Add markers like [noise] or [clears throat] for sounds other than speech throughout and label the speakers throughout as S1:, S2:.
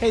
S1: Hey,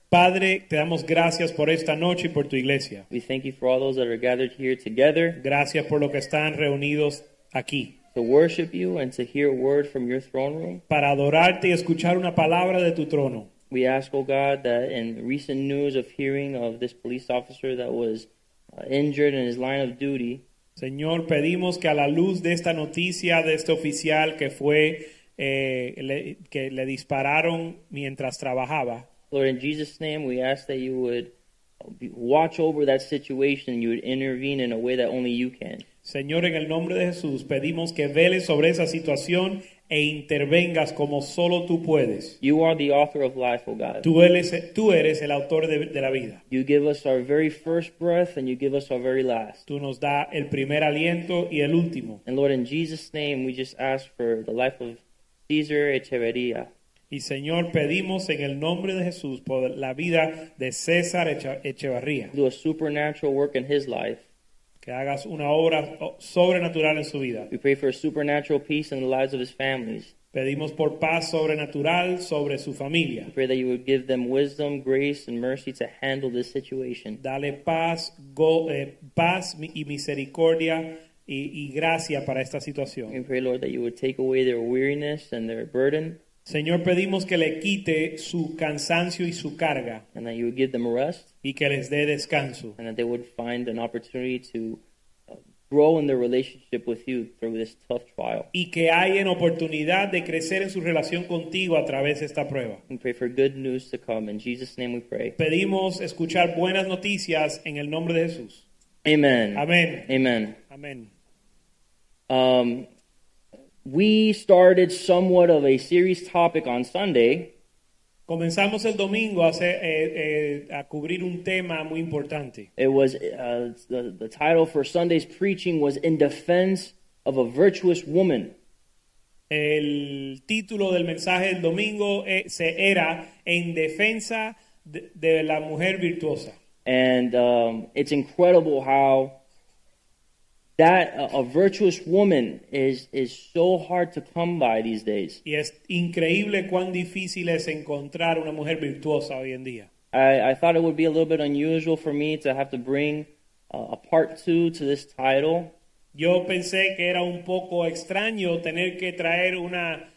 S2: Padre, te damos gracias por esta noche y por tu iglesia.
S3: We thank you for all those that are gathered here together
S2: Gracias por lo que están reunidos aquí
S3: to worship you and to hear a word from your throne room.
S2: para adorarte y escuchar una palabra de tu trono.
S3: We ask, oh God, that in recent news of hearing of this police officer that was uh, injured in his line of duty,
S2: Señor, pedimos que a la luz de esta noticia de este oficial que fue eh, le- que le dispararon mientras trabajaba,
S3: Lord, in Jesus' name, we ask that you would uh, be- watch over that situation. You would intervene in a way that only you can.
S2: Señor, en el nombre de Jesús, pedimos que veles sobre esa situación e intervengas como solo tú puedes.
S3: You are the author of life, oh God.
S2: Tú eres, tú eres el autor de- de la vida.
S3: You give us our very first breath and you give us our very last.
S2: Tú nos da el primer aliento y el último.
S3: And Lord, in Jesus' name, we just ask for the life of Caesar Echeverria.
S2: Y Señor, pedimos en el nombre de Jesús por la vida de César Echa- Echevarría,
S3: Do a supernatural work in his life.
S2: que hagas una obra oh, sobrenatural en su vida.
S3: We pray for a supernatural peace in the lives of his families.
S2: Pedimos por paz sobrenatural sobre su familia.
S3: We pray that you would give them wisdom, grace, and mercy to handle this situation.
S2: Dale paz, go- eh, paz mi- y misericordia y, y gracia para esta situación.
S3: We pray, Lord, that you would take away their weariness and their burden,
S2: Señor, pedimos que le quite su cansancio y su carga
S3: and that you would give them rest,
S2: y que les dé descanso.
S3: and that they would find an opportunity to uh, grow in their relationship with you through this tough trial.
S2: y que hay en oportunidad de crecer en su relación contigo a través de esta prueba.
S3: We pray for good news to come. In Jesus' name we pray.
S2: Pedimos escuchar buenas noticias en el nombre de Jesús.
S3: Amen.
S2: Amén.
S3: Amen.
S2: Amén.
S3: Um, we started somewhat of a series topic on Sunday,
S2: Comenzamos el domingo a, hacer, eh, eh, a cubrir un tema muy importante.
S3: it was uh, the, the title for Sunday's preaching was "In Defense of a Virtuous Woman."
S2: El título del mensaje del domingo eh, se era En defensa de, de la mujer virtuosa.
S3: And um, it's incredible how that uh, a, a virtuous woman is is so hard to come by these days.
S2: Y es increíble cuán difícil es encontrar una mujer virtuosa hoy en día.
S3: I, I thought it would be a little bit unusual for me to have to bring uh, a part two to this title,
S2: Yo pensé que era un poco extraño tener que traer una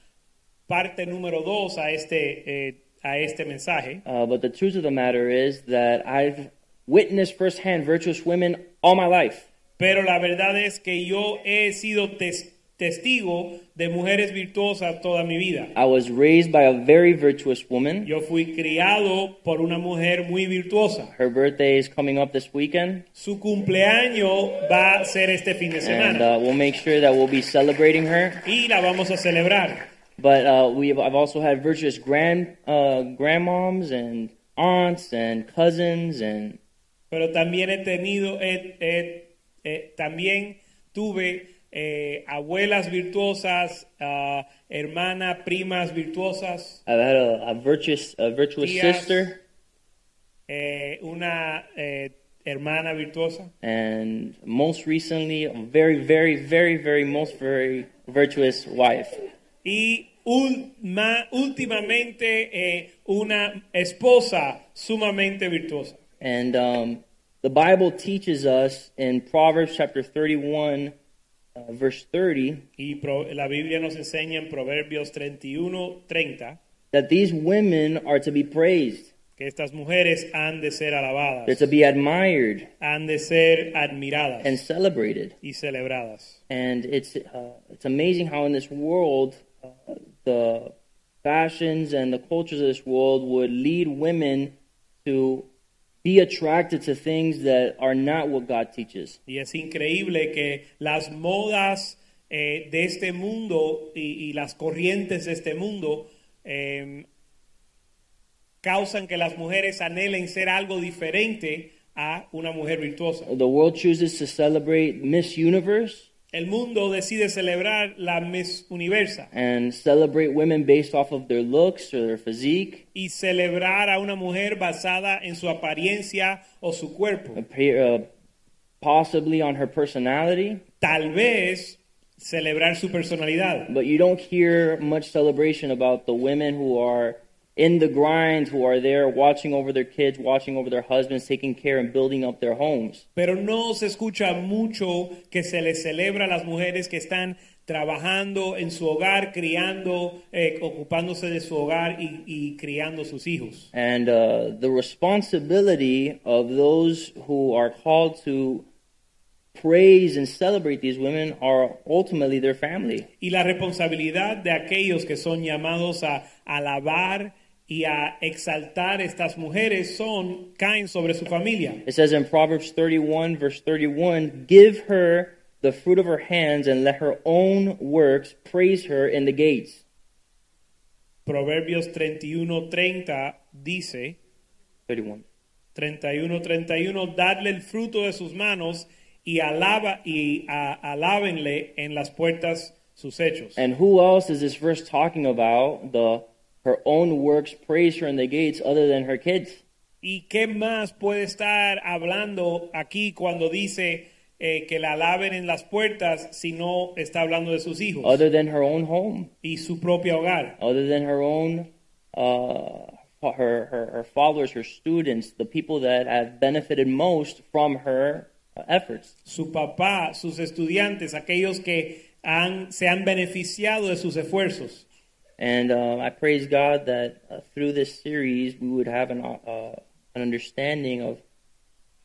S2: parte número dos a este, eh, a este mensaje,
S3: Uh, but the truth of the matter is that I've witnessed firsthand virtuous women all my life.
S2: pero la verdad es que yo he sido tes- testigo de mujeres virtuosas toda mi vida.
S3: I was raised by a very virtuous woman.
S2: Yo fui criado por una mujer muy virtuosa.
S3: Her birthday is coming up this weekend,
S2: Su cumpleaños va a ser este fin de
S3: and
S2: semana
S3: uh, we'll make sure that we'll be celebrating her.
S2: y la vamos a celebrar.
S3: But uh, we have, I've also had virtuous grand uh, grandmoms and aunts and cousins and
S2: Pero también he tenido, he- he- eh, también tuve eh, abuelas virtuosas, ah, hermanas, primas virtuosas,
S3: I've had a, a virtuous a virtuous
S2: Tías.
S3: sister
S2: eh, una eh, hermana virtuosa
S3: and most recently a very very very very most very virtuous wife.
S2: y ulma- últimamente eh, una esposa sumamente virtuosa.
S3: And um, the Bible teaches us in Proverbs chapter 31, uh, verse 30,
S2: Y pro- la Biblia nos enseña en Proverbios 31, 30
S3: that these women are to be praised,
S2: que estas mujeres han de ser
S3: they're
S2: alabadas,
S3: to be admired
S2: han de ser admiradas
S3: and celebrated.
S2: y celebradas.
S3: And it's, uh, it's amazing how in this world, uh, the fashions and the cultures of this world would lead women to be attracted to things that are not what God teaches.
S2: Y es increíble que las modas eh, de este mundo y, y las corrientes de este mundo eh, em, causan que las mujeres anhelen ser algo diferente a una mujer virtuosa.
S3: The world chooses to celebrate Miss Universe
S2: El mundo decide celebrar la Miss Universa
S3: and celebrate women based off of their looks or their physique,
S2: y celebrar a una mujer basada en su apariencia o su cuerpo.
S3: appear, uh, possibly on her personality,
S2: Tal vez celebrar su personalidad.
S3: but you don't hear much celebration about the women who are in the grind, who are there watching over their kids, watching over their husbands, taking care and building up their homes.
S2: Pero no se escucha mucho que se les celebra a las mujeres que están trabajando en su hogar, criando, eh, ocupándose de su hogar y, y criando sus hijos.
S3: And uh, the responsibility of those who are called to praise and celebrate these women are ultimately their family.
S2: Y la responsabilidad de aquellos que son llamados a alabar y a exaltar estas mujeres son caen sobre su familia.
S3: It says in Proverbs 31, verse 31, Give her the fruit of her hands and let her own works praise her in the gates.
S2: Proverbios 31:30 dice,
S3: 31.
S2: 31, 31, dadle el fruto de sus manos y alaba y a- alábenle en las puertas sus hechos.
S3: And who else is this verse talking about? The her own works praise her in the gates other than her kids.
S2: ¿Y qué más puede estar hablando aquí cuando dice eh, que la alaben en las puertas si no está hablando de sus hijos
S3: Other than her own home.
S2: y su propio hogar?
S3: Other than her own uh her, her, her followers, her students, the people that have benefited most from her uh, efforts.
S2: Su papá, sus estudiantes, aquellos que han, se han beneficiado de sus esfuerzos.
S3: And uh, I praise God that uh, through this series we would have an uh, an understanding of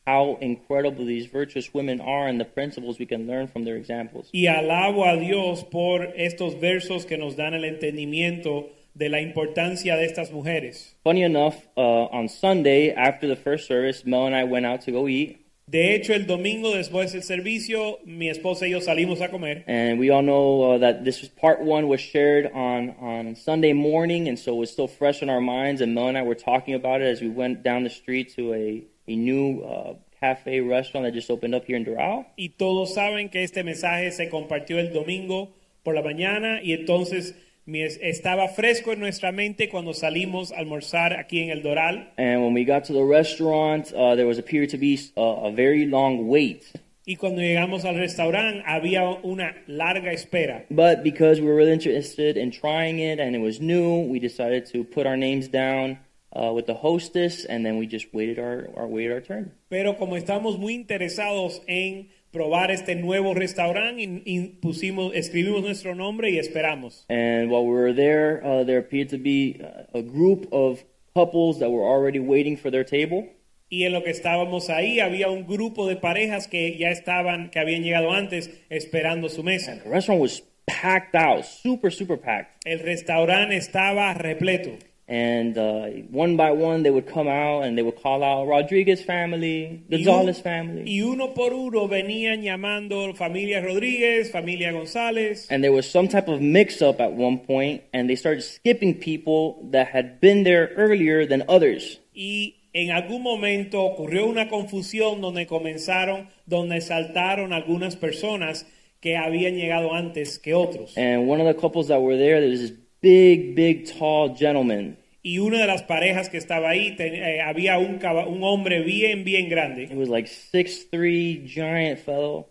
S3: how incredible these virtuous women are and the principles we can learn from their examples.
S2: Y alabo a Dios por estos versos que nos dan el entendimiento de la importancia de estas mujeres.
S3: Funny enough, uh, on Sunday after the first service, Mel and I went out to go eat,
S2: De hecho, el domingo después del servicio, mi esposa y yo salimos a comer.
S3: and we all know uh, that this was part one was shared on on Sunday morning, and so it was still fresh in our minds. And Mel and I were talking about it as we went down the street to a a new uh, cafe restaurant that just opened up here in Doral.
S2: Y todos saben que este mensaje se compartió el domingo por la mañana y entonces mi es- estaba fresco en nuestra mente cuando salimos a almorzar aquí en el Doral.
S3: And when we got to the restaurant, uh, there was appeared to be uh, a very long wait.
S2: Y cuando llegamos al restaurante había una larga espera.
S3: But because we were really interested in trying it and it was new, we decided to put our names down uh, with the hostess, and then we just waited our, our waited our turn.
S2: Pero como estamos muy interesados en probar este nuevo restaurante, y, y pusimos, escribimos nuestro nombre y esperamos.
S3: And while we were there, uh, there appeared to be uh, a group of couples that were already waiting for their table.
S2: Y en lo que estábamos ahí había un grupo de parejas que ya estaban, que habían llegado antes esperando su mesa.
S3: The restaurant was packed out, super super packed.
S2: El restaurante estaba repleto.
S3: And uh, one by one, they would come out and they would call out Rodriguez family,
S2: Y un-
S3: Gonzalez family.
S2: y uno por uno venían llamando familia Rodríguez, familia González.
S3: and there was some type of mix up at one point and they started skipping people that had been there earlier than others
S2: Y en algún momento ocurrió una confusión donde comenzaron, donde saltaron algunas personas que habían llegado antes que otros.
S3: and one of the couples that were there there was this big big tall gentleman
S2: Y una de las parejas que estaba ahí, ten- eh, había un, caba- un hombre bien, bien
S3: he
S2: grande.
S3: was like six three giant fellow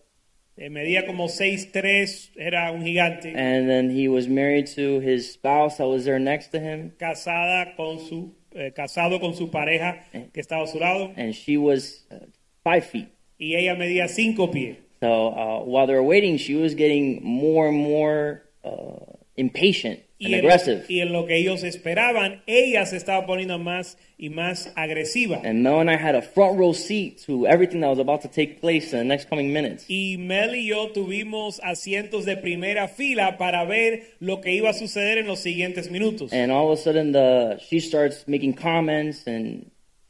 S2: Eh, medía como 6'3, era un gigante.
S3: and then he was married to his spouse that was there next to him
S2: Casada con su, eh, casado con su pareja
S3: Eh.
S2: que estaba a su lado.
S3: and she was uh, five feet
S2: Y ella medía 5 pies.
S3: so uh, while they were waiting she was getting more and more uh, impatient and
S2: Y en,
S3: aggressive
S2: y en lo que ellos esperaban, ella se estaba poniendo más y más agresiva.
S3: And Mel and I had a front row seat to everything that was about to take place in the next coming minutes.
S2: Y Mel y yo tuvimos asientos de primera fila para ver lo que iba a suceder en los siguientes minutos.
S3: And all of a sudden, the she starts making comments and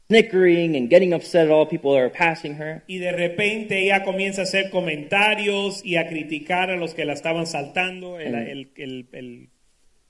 S3: snickering and getting upset at all people that are passing her.
S2: Y de repente ella comienza a hacer comentarios y a criticar a los que la estaban saltando, el,
S3: And-
S2: el- el- el-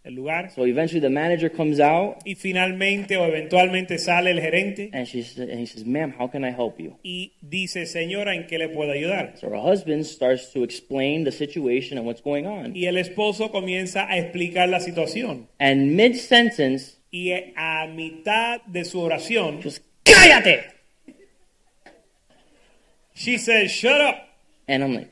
S2: el lugar.
S3: So eventually the manager comes out
S2: Y finalmente o eventualmente sale el gerente
S3: and, she, sa- and he says, Ma'am, how can I help you?
S2: y dice, señora, ¿en qué le puedo ayudar?
S3: So her husband starts to explain the situation and what's going on.
S2: Y el esposo comienza a explicar la situación.
S3: And mid sentence,
S2: Y eh, a mitad de su oración,
S3: just cállate.
S2: she said, shut up.
S3: And I'm like,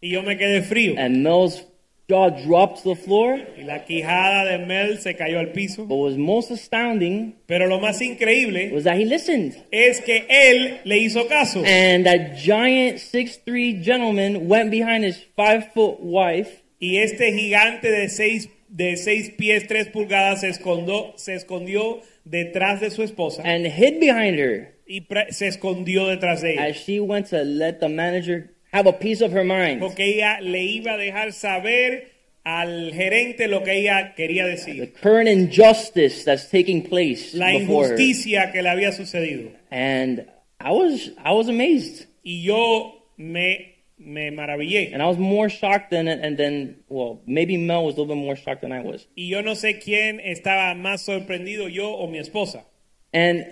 S2: Y yo me quedé frío.
S3: and Mel's jaw dropped to the floor.
S2: Y la quijada de Mel se cayó al piso.
S3: But what was most astounding
S2: Pero lo más increíble
S3: was that he listened.
S2: es que él le hizo caso.
S3: And that giant 6'3 gentleman went behind his five foot wife
S2: Y este gigante de seis, de seis pies, tres pulgadas, se escondió, se escondió detrás de su esposa
S3: and hid behind her
S2: y pre- se escondió detrás de ella.
S3: as she went to let the manager have a piece of her mind.
S2: Porque ella le iba a dejar saber al gerente lo que ella quería
S3: The
S2: decir.
S3: current injustice that's taking place
S2: La
S3: before her.
S2: injusticia que le había sucedido.
S3: And I was I was amazed.
S2: Y yo me, me maravillé.
S3: And I was more shocked than and then well, maybe Mel was a little bit more shocked than I was.
S2: Y yo no sé quién estaba más sorprendido, yo o mi esposa.
S3: And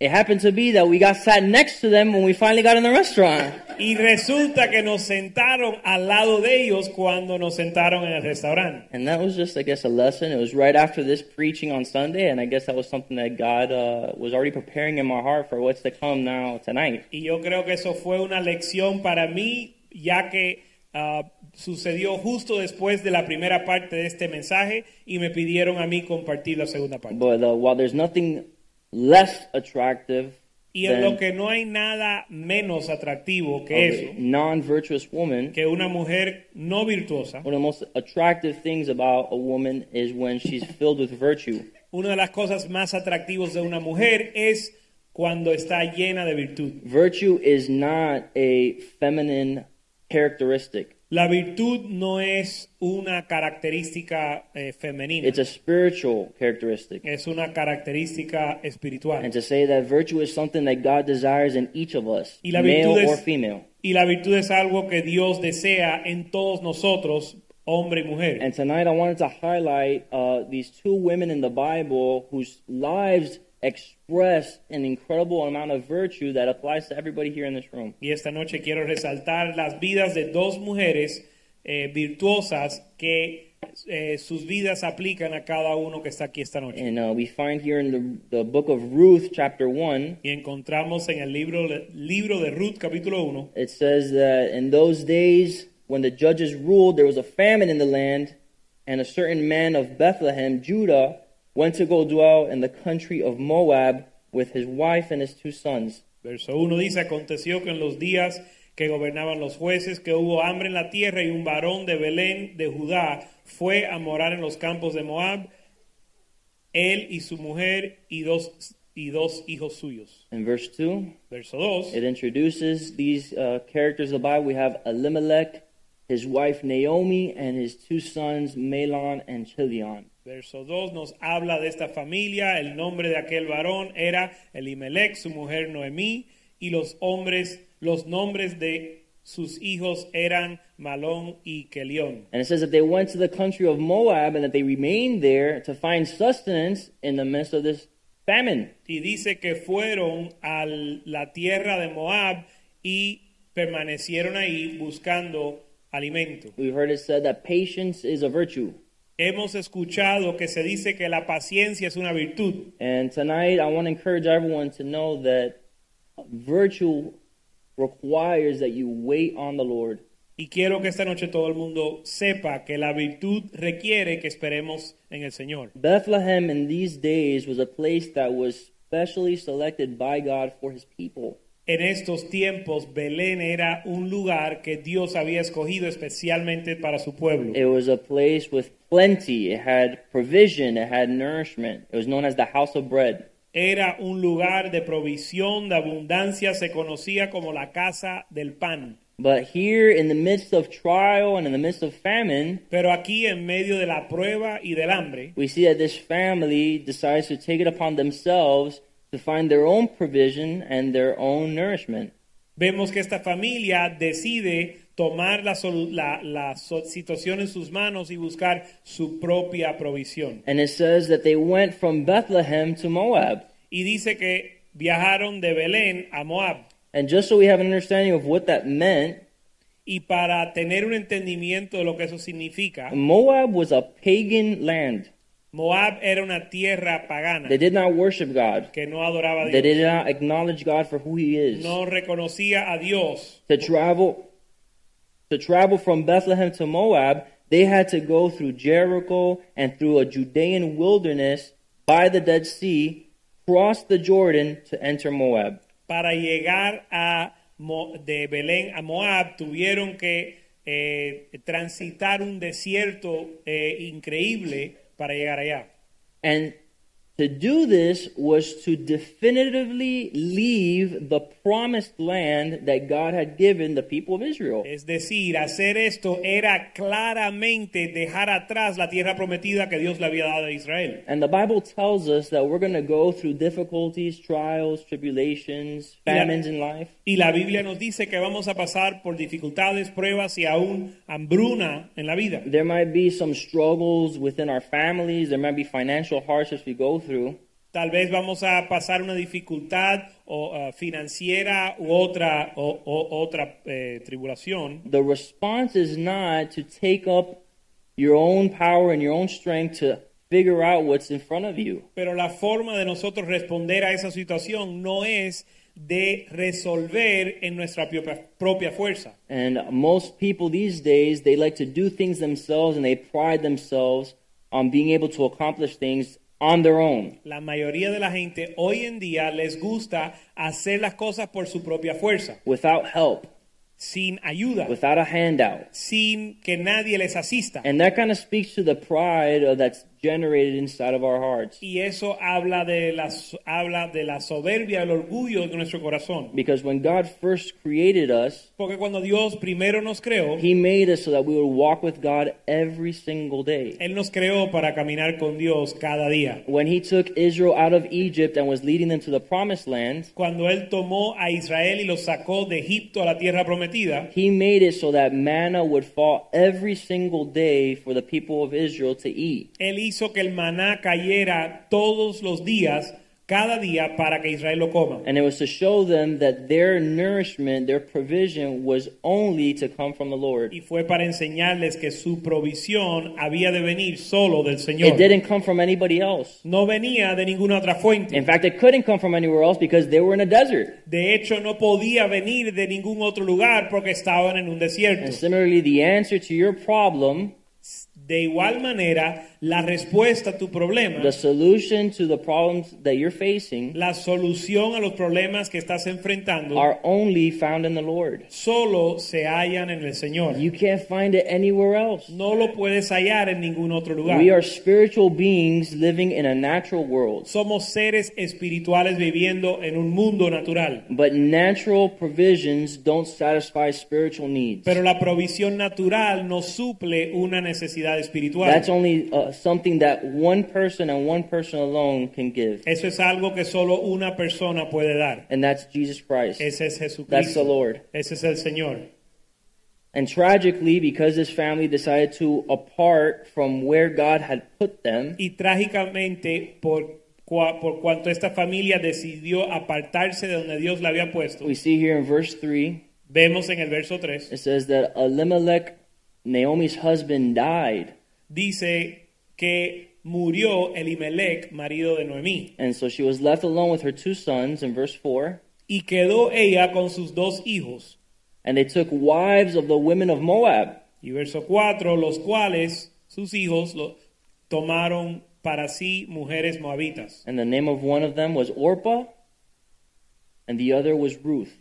S3: it happened to be that we got sat next to them when we finally got in the restaurant.
S2: Y resulta que nos sentaron al lado de ellos cuando nos sentaron en el restaurante.
S3: And that was just, I guess, a lesson. It was right after this preaching on Sunday, and I guess that was something that God uh, was already preparing in my heart for what's to come now tonight.
S2: Y yo creo que eso fue una lección para mí, ya que ah, sucedió justo después de la primera parte de este mensaje y me pidieron a mí compartir la segunda parte.
S3: But uh, while there's nothing less attractive
S2: Y en lo
S3: than
S2: que no hay nada menos atractivo que
S3: a
S2: eso,
S3: non-virtuous woman,
S2: que una mujer no virtuosa,
S3: one of the most attractive things about a woman is when she's filled with virtue.
S2: una de las cosas más atractivas de una mujer es cuando está llena de virtud.
S3: Virtue is not a feminine characteristic.
S2: La virtud no es una característica eh, femenina,
S3: It's a spiritual characteristic.
S2: es una característica espiritual.
S3: And to say that virtue is something that God desires in each of us,
S2: Y la
S3: male
S2: virtud
S3: or
S2: es-
S3: female.
S2: Y la virtud es algo que Dios desea en todos nosotros, hombre y mujer.
S3: And tonight I wanted to highlight uh, these two women in the Bible whose lives express an incredible amount of virtue that applies to everybody here in this room.
S2: Y esta noche quiero resaltar las vidas de dos mujeres eh, virtuosas que eh, sus vidas aplican a cada uno que está aquí esta noche.
S3: And uh, we find here in the, the book of Ruth, chapter 1,
S2: Y encontramos en el libro, libro de Ruth capítulo 1,
S3: it says that in those days when the judges ruled, there was a famine in the land, and a certain man of Bethlehem, Judah, went to go dwell in the country of Moab with his wife and his two sons.
S2: verso 1 dice, aconteció que en los días que gobernaban los jueces, que hubo hambre en la tierra y un varón de Belén de Judá fue a morar en los campos de Moab, él y su mujer y dos, y dos hijos suyos.
S3: In verse 2,
S2: Verso 2,
S3: It introduces these uh, characters of the Bible. We have Elimelech, his wife Naomi, and his two sons Malon and Chilion.
S2: verso 2 nos habla de esta familia, el nombre de aquel varón era Elimelech, su mujer Noemí, y los hombres, los nombres de sus hijos eran Malón y Kelión.
S3: And it says that they went to the country of Moab and that they remained there to find sustenance in the midst of this famine.
S2: y dice que fueron a la tierra de Moab y permanecieron ahí buscando alimento.
S3: We've heard it said that patience is a virtue.
S2: Hemos escuchado que se dice que la paciencia es una virtud
S3: And tonight I want to encourage everyone to know that virtue requires that you wait on the Lord.
S2: y quiero que esta noche todo el mundo sepa que la virtud requiere que esperemos en el Señor.
S3: Bethlehem in these days was a place that was specially selected by God for his people.
S2: En estos tiempos Belén era un lugar que Dios había escogido especialmente para su pueblo.
S3: It was a place with plenty, it had provision, it had nourishment. It was known as the house of bread.
S2: Era un lugar de provisión, de abundancia, se conocía como la casa del pan.
S3: But here, in the midst of trial and in the midst of famine,
S2: Pero aquí en medio de la prueba y del hambre,
S3: we see that this family decides to take it upon themselves to find their own provision and their own nourishment.
S2: vemos que esta familia decide tomar la, sol- la- la so- situación en sus manos y buscar su propia provisión.
S3: And it says that they went from Bethlehem to Moab.
S2: Y dice que viajaron de Belén a Moab.
S3: And just so we have an understanding of what that meant,
S2: Y para tener un entendimiento de lo que eso significa,
S3: Moab was a pagan land.
S2: Moab era una tierra pagana
S3: They did not worship God.
S2: que no adoraba a
S3: They
S2: Dios,
S3: did not acknowledge God for who he is.
S2: no reconocía a Dios.
S3: To travel to travel from Bethlehem to Moab, they had to go through Jericho and through a Judean wilderness by the Dead Sea, cross the Jordan to enter Moab.
S2: Para llegar a Mo- de Belén a Moab tuvieron que eh, transitar un desierto eh, increíble para llegar allá.
S3: And to do this was to definitively leave the promised land that God had given the people of Israel.
S2: Es decir, hacer esto era claramente dejar atrás la tierra prometida que Dios le había dado a Israel.
S3: And the Bible tells us that we're going to go through difficulties, trials, tribulations,
S2: Yeah.
S3: famines in life.
S2: Y la Biblia nos dice que vamos a pasar por dificultades, pruebas y aún hambruna en la vida.
S3: There might be some struggles within our families. There might be financial hardships we go through.
S2: Tal vez vamos a pasar una dificultad o, eh, financiera u otra, o, o- otra eh, tribulación.
S3: The response is not to take up your own power and your own strength to figure out what's in front of you.
S2: Pero la forma de nosotros responder a esa situación no es de resolver en nuestra propia, propia fuerza.
S3: And most people these days, they like to do things themselves and they pride themselves on being able to accomplish things on their own.
S2: La mayoría de la gente hoy en día les gusta hacer las cosas por su propia fuerza,
S3: without help,
S2: sin ayuda,
S3: without a handout.
S2: sin que nadie les asista.
S3: And that kind of speaks to the pride uh, that's generated inside of our hearts.
S2: Y eso habla de, la, habla de la soberbia, el orgullo de nuestro corazón.
S3: Because when God first created us,
S2: Porque cuando Dios primero nos creó,
S3: He made us so that we would walk with God every single day.
S2: Él nos creó para caminar con Dios cada día.
S3: When He took Israel out of Egypt and was leading them to the promised land,
S2: Cuando Él tomó a Israel y los sacó de Egipto a la tierra prometida,
S3: He made it so that manna would fall every single day for the people of Israel to eat.
S2: Él hizo que el maná cayera todos los días, cada día, para que Israel lo coma.
S3: And it was to show them that their nourishment, their provision was only to come from the Lord.
S2: Y fue para enseñarles que su provisión había de venir solo del Señor.
S3: It didn't come from anybody else.
S2: No venía de ninguna otra fuente.
S3: In fact, it couldn't come from anywhere else because they were in a desert.
S2: De hecho, no podía venir de ningún otro lugar porque estaban en un
S3: And
S2: desierto.
S3: similarly, the answer to your problem,
S2: De igual manera, la respuesta a tu problema
S3: the solution to the problems that you're facing,
S2: La solución a los problemas que estás enfrentando
S3: are only found in the Lord.
S2: solo se hallan en el Señor.
S3: You can't find it anywhere else.
S2: No lo puedes hallar en ningún otro lugar.
S3: We are spiritual beings living in a natural world,
S2: Somos seres espirituales viviendo en un mundo natural.
S3: but natural provisions don't satisfy spiritual needs.
S2: Pero la provisión natural no suple una necesidad espiritual.
S3: That's only uh, something that one person and one person alone can give,
S2: Eso es algo que solo una persona puede dar.
S3: and that's Jesus Christ.
S2: Ese es
S3: That's the
S2: Jesucristo.
S3: Lord.
S2: Ese es el Señor.
S3: And tragically, because this family decided to apart from where God had put them,
S2: Y trágicamente, por, cua- por cuanto esta familia decidió apartarse de donde Dios la había puesto,
S3: we see here in verse 3,
S2: vemos en el verso 3.
S3: it says that Elimelech, Naomi's husband, died.
S2: dice que murió Elimelech, marido de Noemí,
S3: And so she was left alone with her two sons in verse 4.
S2: y quedó ella con sus dos hijos.
S3: And they took wives of the women of Moab.
S2: Y verso 4, los cuales sus hijos lo tomaron para sí mujeres moabitas.
S3: And the name of one of them was Orpah, and the other was Ruth.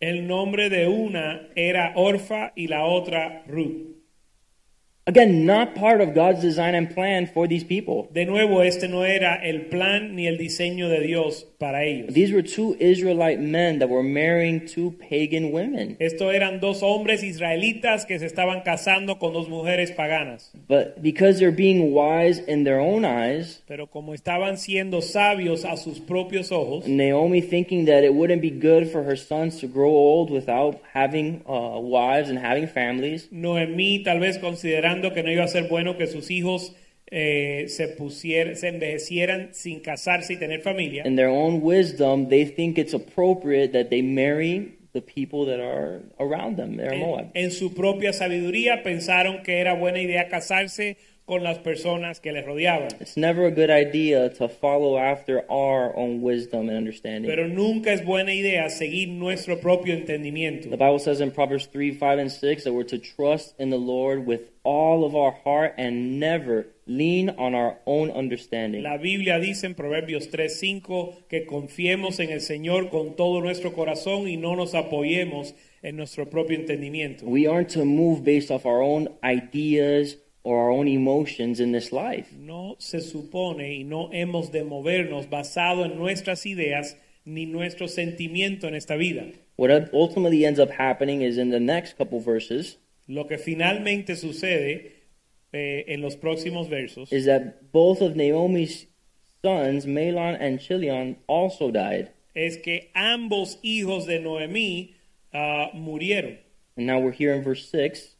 S2: El nombre de una era Orfa y la otra Ruth.
S3: Again, not part of God's design and plan for these people.
S2: De nuevo, este no era el plan ni el diseño de Dios para ellos.
S3: These were two Israelite men that were marrying two pagan women.
S2: Esto eran dos hombres israelitas que se estaban casando con dos mujeres paganas.
S3: But because they're being wise in their own eyes,
S2: Pero como estaban siendo sabios a sus propios ojos,
S3: Naomi thinking that it wouldn't be good for her sons to grow old without having uh, wives and having families,
S2: Noemí tal vez considerando que no iba a ser bueno que sus hijos eh, se, pusier- se envejecieran sin casarse y tener familia.
S3: in their own wisdom, they think it's appropriate that they marry the people that are around them. They're
S2: En,
S3: Moab.
S2: en su propia sabiduría pensaron que era buena idea casarse con las personas que les rodeaban.
S3: It's never a good idea to follow after our own wisdom and understanding.
S2: Pero nunca es buena idea seguir nuestro propio
S3: The
S2: entendimiento.
S3: Bible says in Proverbs 3, 5, and 6 that we're to trust in the Lord with all of our heart and never lean on our own understanding.
S2: La Biblia dice en Proverbios 3:5 que confiemos en el Señor con todo nuestro corazón y no nos apoyemos en nuestro propio entendimiento.
S3: We aren't to move based off our own ideas or our own emotions in this life.
S2: No se supone y no hemos de movernos basado en nuestras ideas ni nuestro sentimiento en esta vida.
S3: What ultimately ends up happening is in the next couple verses
S2: Lo que finalmente sucede eh, en los próximos versos
S3: is that both of Naomi's sons, Malon and Chilion, also died.
S2: es que ambos hijos de Noemí ah, murieron.
S3: And now we're here in verse 6.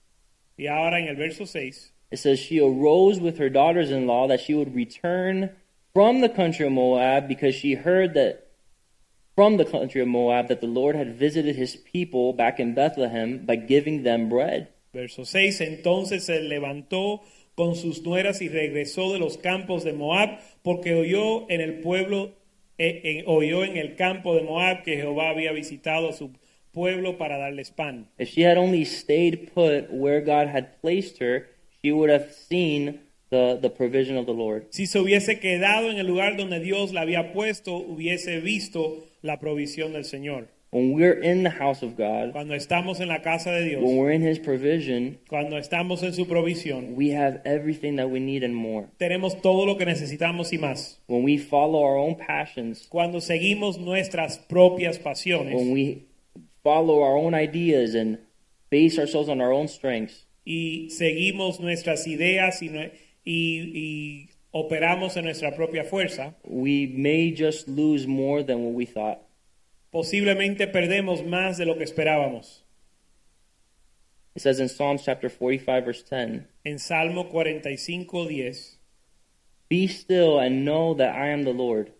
S2: Y ahora en el verso 6
S3: It says, She arose with her daughters in law that she would return from the country of Moab because she heard that from the country of Moab that the Lord had visited his people back in Bethlehem by giving them bread.
S2: Verso 6, entonces se levantó con sus nueras y regresó de los campos de Moab, porque oyó en el pueblo, eh, eh, oyó en el campo de Moab que Jehová había visitado a su pueblo para darles pan.
S3: If she had only stayed put where God had placed her, she would have seen the, the provision of the Lord.
S2: Si se hubiese quedado en el lugar donde Dios la había puesto, hubiese visto la provisión del Señor.
S3: When we're in the house of God,
S2: Cuando estamos en la casa de Dios,
S3: when we're in his provision,
S2: cuando estamos en su provisión,
S3: we have everything that we need and more.
S2: tenemos todo lo que necesitamos y más.
S3: When we follow our own passions,
S2: Cuando seguimos nuestras propias pasiones,
S3: when we follow our own ideas and base ourselves on our own strengths,
S2: y seguimos nuestras ideas y, nue- y- y operamos en nuestra propia fuerza,
S3: we may just lose more than what we thought.
S2: posiblemente perdemos más de lo que esperábamos.
S3: It says in Psalms chapter 45, verse 10
S2: En Salmo 45, 10,
S3: Be still and know that I am the Lord.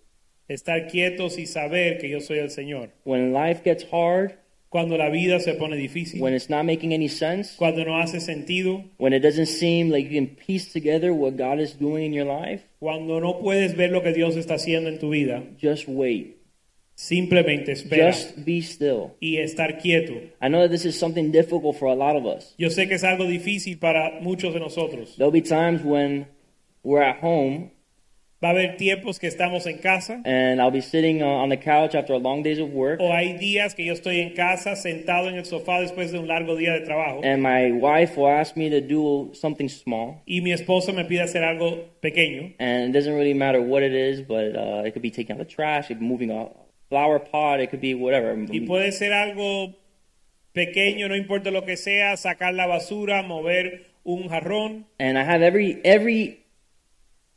S2: estar quietos y saber que yo soy el Señor.
S3: When life gets hard,
S2: Cuando la vida se pone difícil,
S3: when it's not making any sense,
S2: cuando no hace sentido,
S3: when it doesn't seem like you can piece together what God is doing in your life,
S2: cuando no puedes ver lo que Dios está haciendo en tu vida,
S3: just wait.
S2: simplemente espera
S3: Just be still.
S2: y estar quieto.
S3: I know that this is something difficult for a lot of us.
S2: Yo sé que es algo difícil para muchos de nosotros.
S3: There'll be times when we're at home
S2: Va a haber tiempos que estamos en casa
S3: and I'll be sitting uh, on the couch after a long days of work,
S2: O hay días que yo estoy en casa sentado en el sofá después de un largo día de trabajo
S3: and my wife will ask me to do something small,
S2: y mi esposa me pide hacer algo pequeño
S3: and it doesn't really matter what it is, but uh, it could be taking out the trash, it could be moving a flower pot, it could be whatever.
S2: y puede ser algo pequeño, no importa lo que sea, sacar la basura, mover un jarrón
S3: And I have every every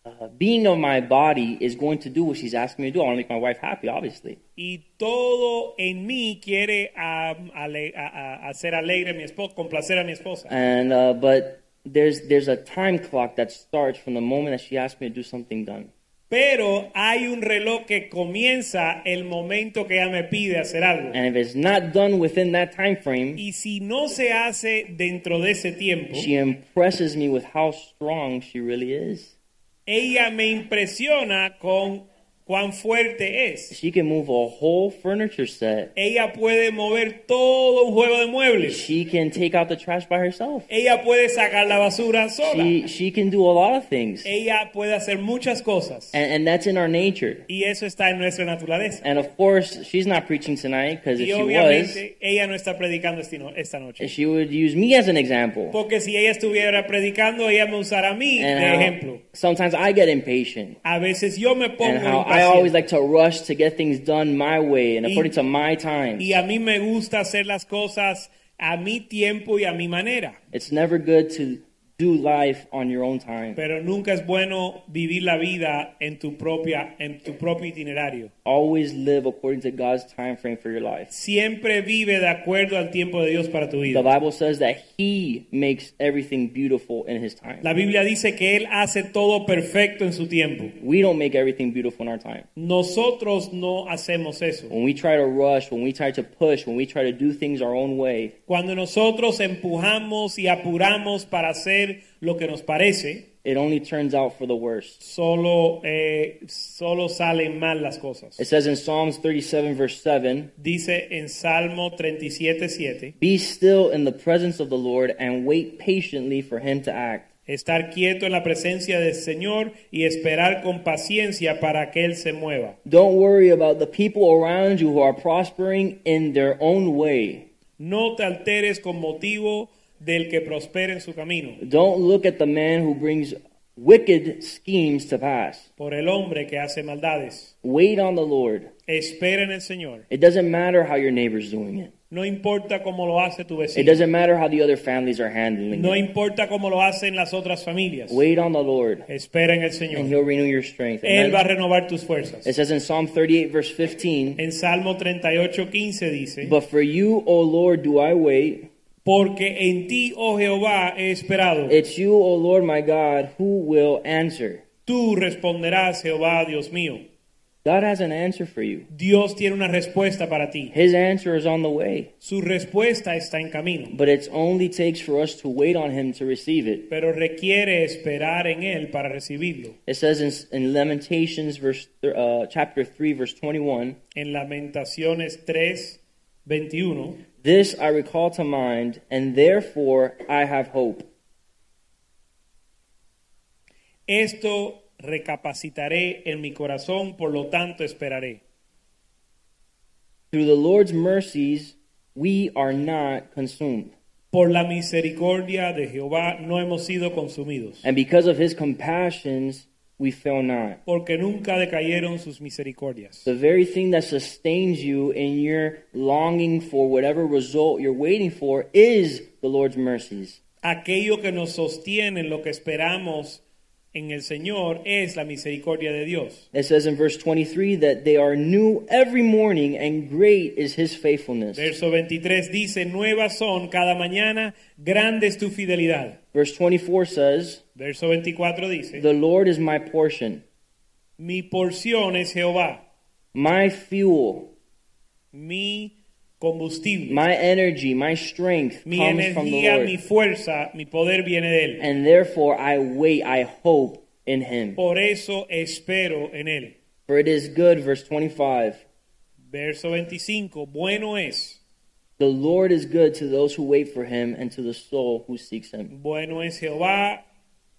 S3: uh, being of my body is going to do what she's asking me to do. I want to make my wife happy, obviously.
S2: y todo en mí quiere am, ale- a- a- hacer alegre a mi esposa, complacer a mi esposa.
S3: And uh, but there's there's a time clock that starts from the moment that she asks me to do something done.
S2: Pero hay un reloj que comienza el momento que ella me pide hacer algo.
S3: And if it's not done within that time frame,
S2: Y si no se hace dentro de ese tiempo,
S3: She impresses me with how strong she really is.
S2: ella me impresiona con cuán fuerte es.
S3: She can move a whole furniture set.
S2: Ella puede mover todo un juego de muebles.
S3: She can take out the trash by herself.
S2: Ella puede sacar la basura sola.
S3: She she can do a lot of things. And,
S2: Ella puede hacer muchas cosas.
S3: and that's in our nature.
S2: Y eso está en nuestra naturaleza.
S3: And of course, she's not preaching tonight because if
S2: Y
S3: she was,
S2: obviamente ella no está predicando esti- no- esta noche.
S3: she would use me as an example.
S2: Porque si ella estuviera predicando, ella me usará a mí
S3: And
S2: de
S3: how
S2: ejemplo.
S3: sometimes I get impatient.
S2: A veces yo me pongo
S3: And how Eh, I
S2: impaciente.
S3: always like to rush to get things done my way and
S2: Y-
S3: according to my time.
S2: y a mí me gusta hacer las cosas a mi tiempo y a mi manera.
S3: It's never good to do life on your own time.
S2: Pero nunca es bueno vivir la vida en tu propia en tu propio itinerario.
S3: Always live according to God's time frame for your life.
S2: Siempre vive de acuerdo al tiempo de Dios para tu
S3: The
S2: vida.
S3: Bible says that He makes everything beautiful in His time.
S2: La Biblia dice que él hace todo perfecto en su tiempo.
S3: We don't make everything beautiful in our time.
S2: Nosotros no hacemos eso.
S3: When we try to rush, when we try to push, when we try to do things our own way,
S2: Cuando nosotros empujamos y apuramos para hacer lo que nos parece,
S3: it only turns out for the worst.
S2: solo eh, solo salen mal las cosas.
S3: It says in Psalms 37, verse 7
S2: Dice en Salmo 37:7
S3: Be still in the presence of the Lord and wait patiently for Him to act.
S2: Estar quieto en la presencia del Señor y esperar con paciencia para que Él se mueva.
S3: Don't worry about the people around you who are prospering in their own way.
S2: No te alteres con motivo del que prospere en su camino,
S3: Don't look at the man who brings wicked schemes to pass.
S2: por el hombre que hace maldades.
S3: Wait on the Lord.
S2: Espera en el Señor.
S3: It doesn't matter how your neighbor's doing it.
S2: No importa cómo lo hace tu
S3: It
S2: vecino.
S3: doesn't matter how the other families are handling
S2: No
S3: it.
S2: importa cómo lo hacen las otras familias.
S3: Wait on the Lord,
S2: Espera en
S3: and
S2: el Señor.
S3: He'll renew your strength.
S2: Él va a
S3: Amen.
S2: renovar tus fuerzas.
S3: It says in Psalm 38, verse 15,
S2: En Salmo 38:15 dice,
S3: But for you, O Lord, do I wait.
S2: porque en ti, oh Jehová, he esperado.
S3: It's you, O Lord my God, who will answer.
S2: Tú responderás, Jehová, Dios mío.
S3: God has an answer for you.
S2: Dios tiene una respuesta para ti.
S3: His answer is on the way.
S2: Su respuesta está en camino,
S3: But it only takes for us to wait on him to receive it.
S2: pero requiere esperar en él para recibirlo.
S3: It says in, in Lamentations verse th- uh, chapter 3 verse 21,
S2: En Lamentaciones 3, 21,
S3: "This I recall to mind, and therefore I have hope."
S2: esto recapacitaré en mi corazón, por lo tanto esperaré.
S3: Through the Lord's mercies we are not consumed,
S2: Por la misericordia de Jehová no hemos sido consumidos,
S3: and because of his compassions we fail not.
S2: porque nunca decayeron sus misericordias.
S3: The very thing that sustains you in your longing for whatever result you're waiting for is the Lord's mercies.
S2: Aquello que nos sostiene en lo que esperamos en el Señor es la misericordia de Dios.
S3: It says in verse 23 that they are new every morning, and great is his faithfulness.
S2: Verso 23 dice, nuevas son cada mañana, grande es tu fidelidad.
S3: Verse 24 says,
S2: Verso 24 dice,
S3: The Lord is my portion,
S2: mi porción es Jehová,
S3: my fuel,
S2: mi combustible,
S3: my energy, my strength
S2: mi
S3: comes from the
S2: energía, mi
S3: Lord.
S2: fuerza, mi poder viene de él.
S3: And therefore I wait, I hope in him.
S2: Por eso espero en él.
S3: For it is good, verse 25.
S2: Verso 25, bueno es,
S3: The Lord is good to those who wait for him and to the soul who seeks him.
S2: bueno es Jehová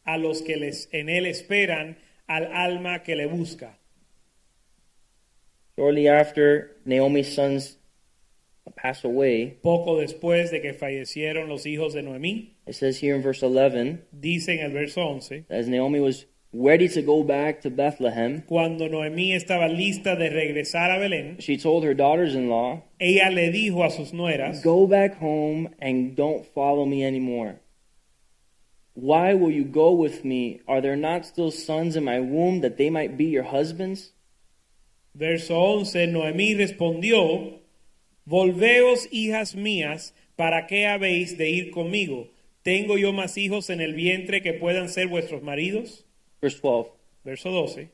S2: a los que les, en él esperan, al alma que le busca.
S3: Shortly after Naomi's sons pass away,
S2: Poco después de que fallecieron los hijos de Noemí,
S3: it says here in verse 11,
S2: dice en el verso 11,
S3: as Naomi was ready to go back to Bethlehem,
S2: Cuando Noemí estaba lista de regresar a Belén,
S3: she told her daughters in law,
S2: ella le dijo a sus nueras,
S3: Go back home and don't follow me anymore. Why will you go with me? Are there not still sons in my womb that they might be your husbands?
S2: verso 11, Noemí respondió, Volveos, hijas mías, ¿para qué habéis de ir conmigo? ¿Tengo yo más hijos en el vientre que puedan ser vuestros maridos?
S3: Verse 12
S2: Verso 12,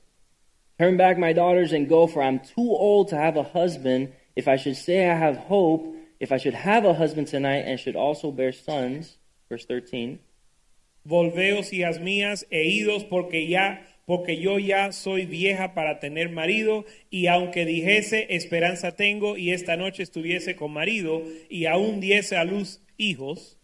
S3: Turn back, my daughters, and go, for I'm too old to have a husband. If I should say I have hope, if I should have a husband tonight and should also bear sons. Verse 13
S2: Volveos, hijas mías, e idos, porque ya, porque yo ya soy vieja para tener marido, y aunque dijese, esperanza tengo, y esta noche estuviese con marido, y aún diese a luz hijos,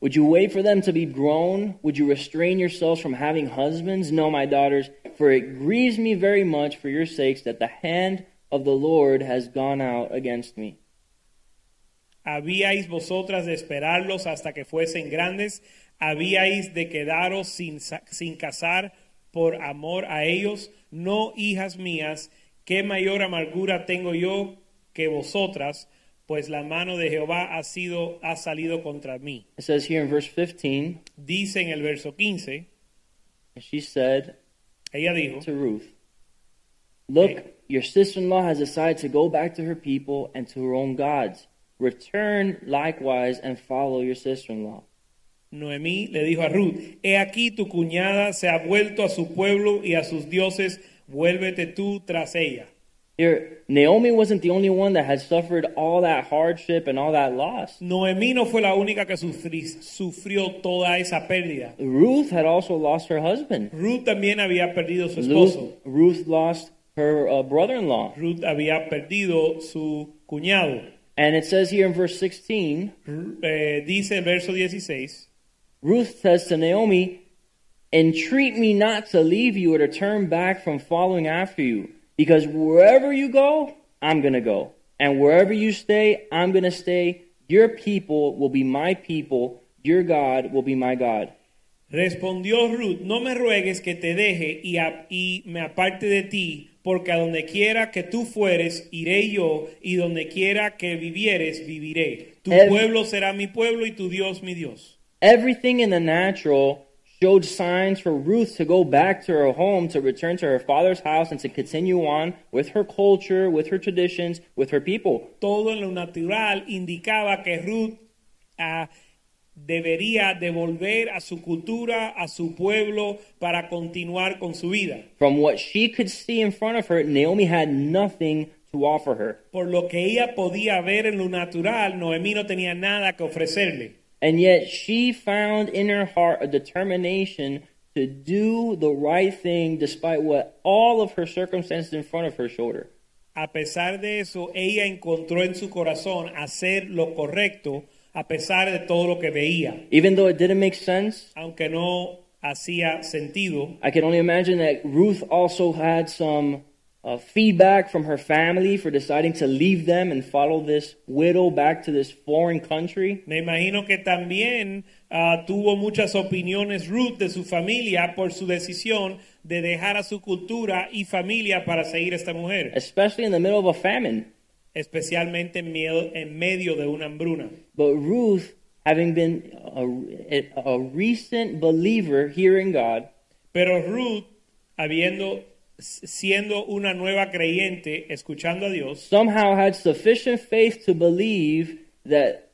S3: Would you wait for them to be grown? Would you restrain yourselves from having husbands? No, my daughters, for it grieves me very much for your sakes that the hand of the Lord has gone out against me.
S2: ¿Habíais vosotras de esperarlos hasta que fuesen grandes? ¿Habíais de quedaros sin, sa- sin casar por amor a ellos? No, hijas mías, qué mayor amargura tengo yo que vosotras, pues la mano de Jehová ha, sido, ha salido contra mí.
S3: It says here in verse 15,
S2: Dice en el verso 15,
S3: and she said
S2: ella dijo,
S3: to Ruth, Look, your sister in law has decided to go back to her people and to her own gods. Return likewise and follow your sister in law.
S2: Noemí le dijo a Ruth, he aquí tu cuñada se ha vuelto a su pueblo y a sus dioses, vuélvete tú tras ella.
S3: Here, Naomi wasn't the only one that had suffered all that hardship and all that loss.
S2: Noemí no fue la única que sufri- sufrió toda esa pérdida.
S3: Ruth had also lost her husband.
S2: Ruth también había perdido su
S3: Ruth,
S2: esposo.
S3: Ruth lost her uh, brother in law.
S2: Ruth había perdido su cuñado.
S3: And it says here in verse 16
S2: Ru- eh, dice el verso 16,
S3: Ruth says to Naomi, Entreat me not to leave you or to turn back from following after you, because wherever you go, I'm going to go. And wherever you stay, I'm going to stay. Your people will be my people. Your God will be my God.
S2: respondió Ruth, no me ruegues que te deje y, a- y me aparte de ti, porque a donde quiera que tú fueres, iré yo, y donde quiera que vivieres, viviré. Tu
S3: El-
S2: pueblo será mi pueblo y tu Dios mi Dios.
S3: Everything in the natural showed signs for Ruth to go back to her home, to return to her father's house, and to continue on with her culture, with her traditions, with her people.
S2: todo en lo natural indicaba que Ruth ah, debería devolver a su cultura, a su pueblo, para continuar con su vida.
S3: From what she could see in front of her, Naomi had nothing to offer her.
S2: Por lo que ella podía ver en lo natural, Noemí no tenía nada que ofrecerle.
S3: And yet she found in her heart a determination to do the right thing despite what all of her circumstances in front of her showed her.
S2: A pesar de eso, ella encontró en su corazón hacer lo correcto, a pesar de todo lo que veía.
S3: Even though it didn't make sense,
S2: Aunque no hacía sentido,
S3: I can only imagine that Ruth also had some uh, feedback from her family for deciding to leave them and follow this widow back to this foreign country.
S2: Me imagino que también ah, tuvo muchas opiniones Ruth de su familia por su decisión de dejar a su cultura y familia para seguir a esta mujer,
S3: especially in the middle of a famine.
S2: especialmente en, mie- en medio de una hambruna.
S3: But Ruth, having been a, a recent believer here in God,
S2: Pero Ruth, habiendo s- siendo una nueva creyente, escuchando a Dios,
S3: somehow had sufficient faith to believe that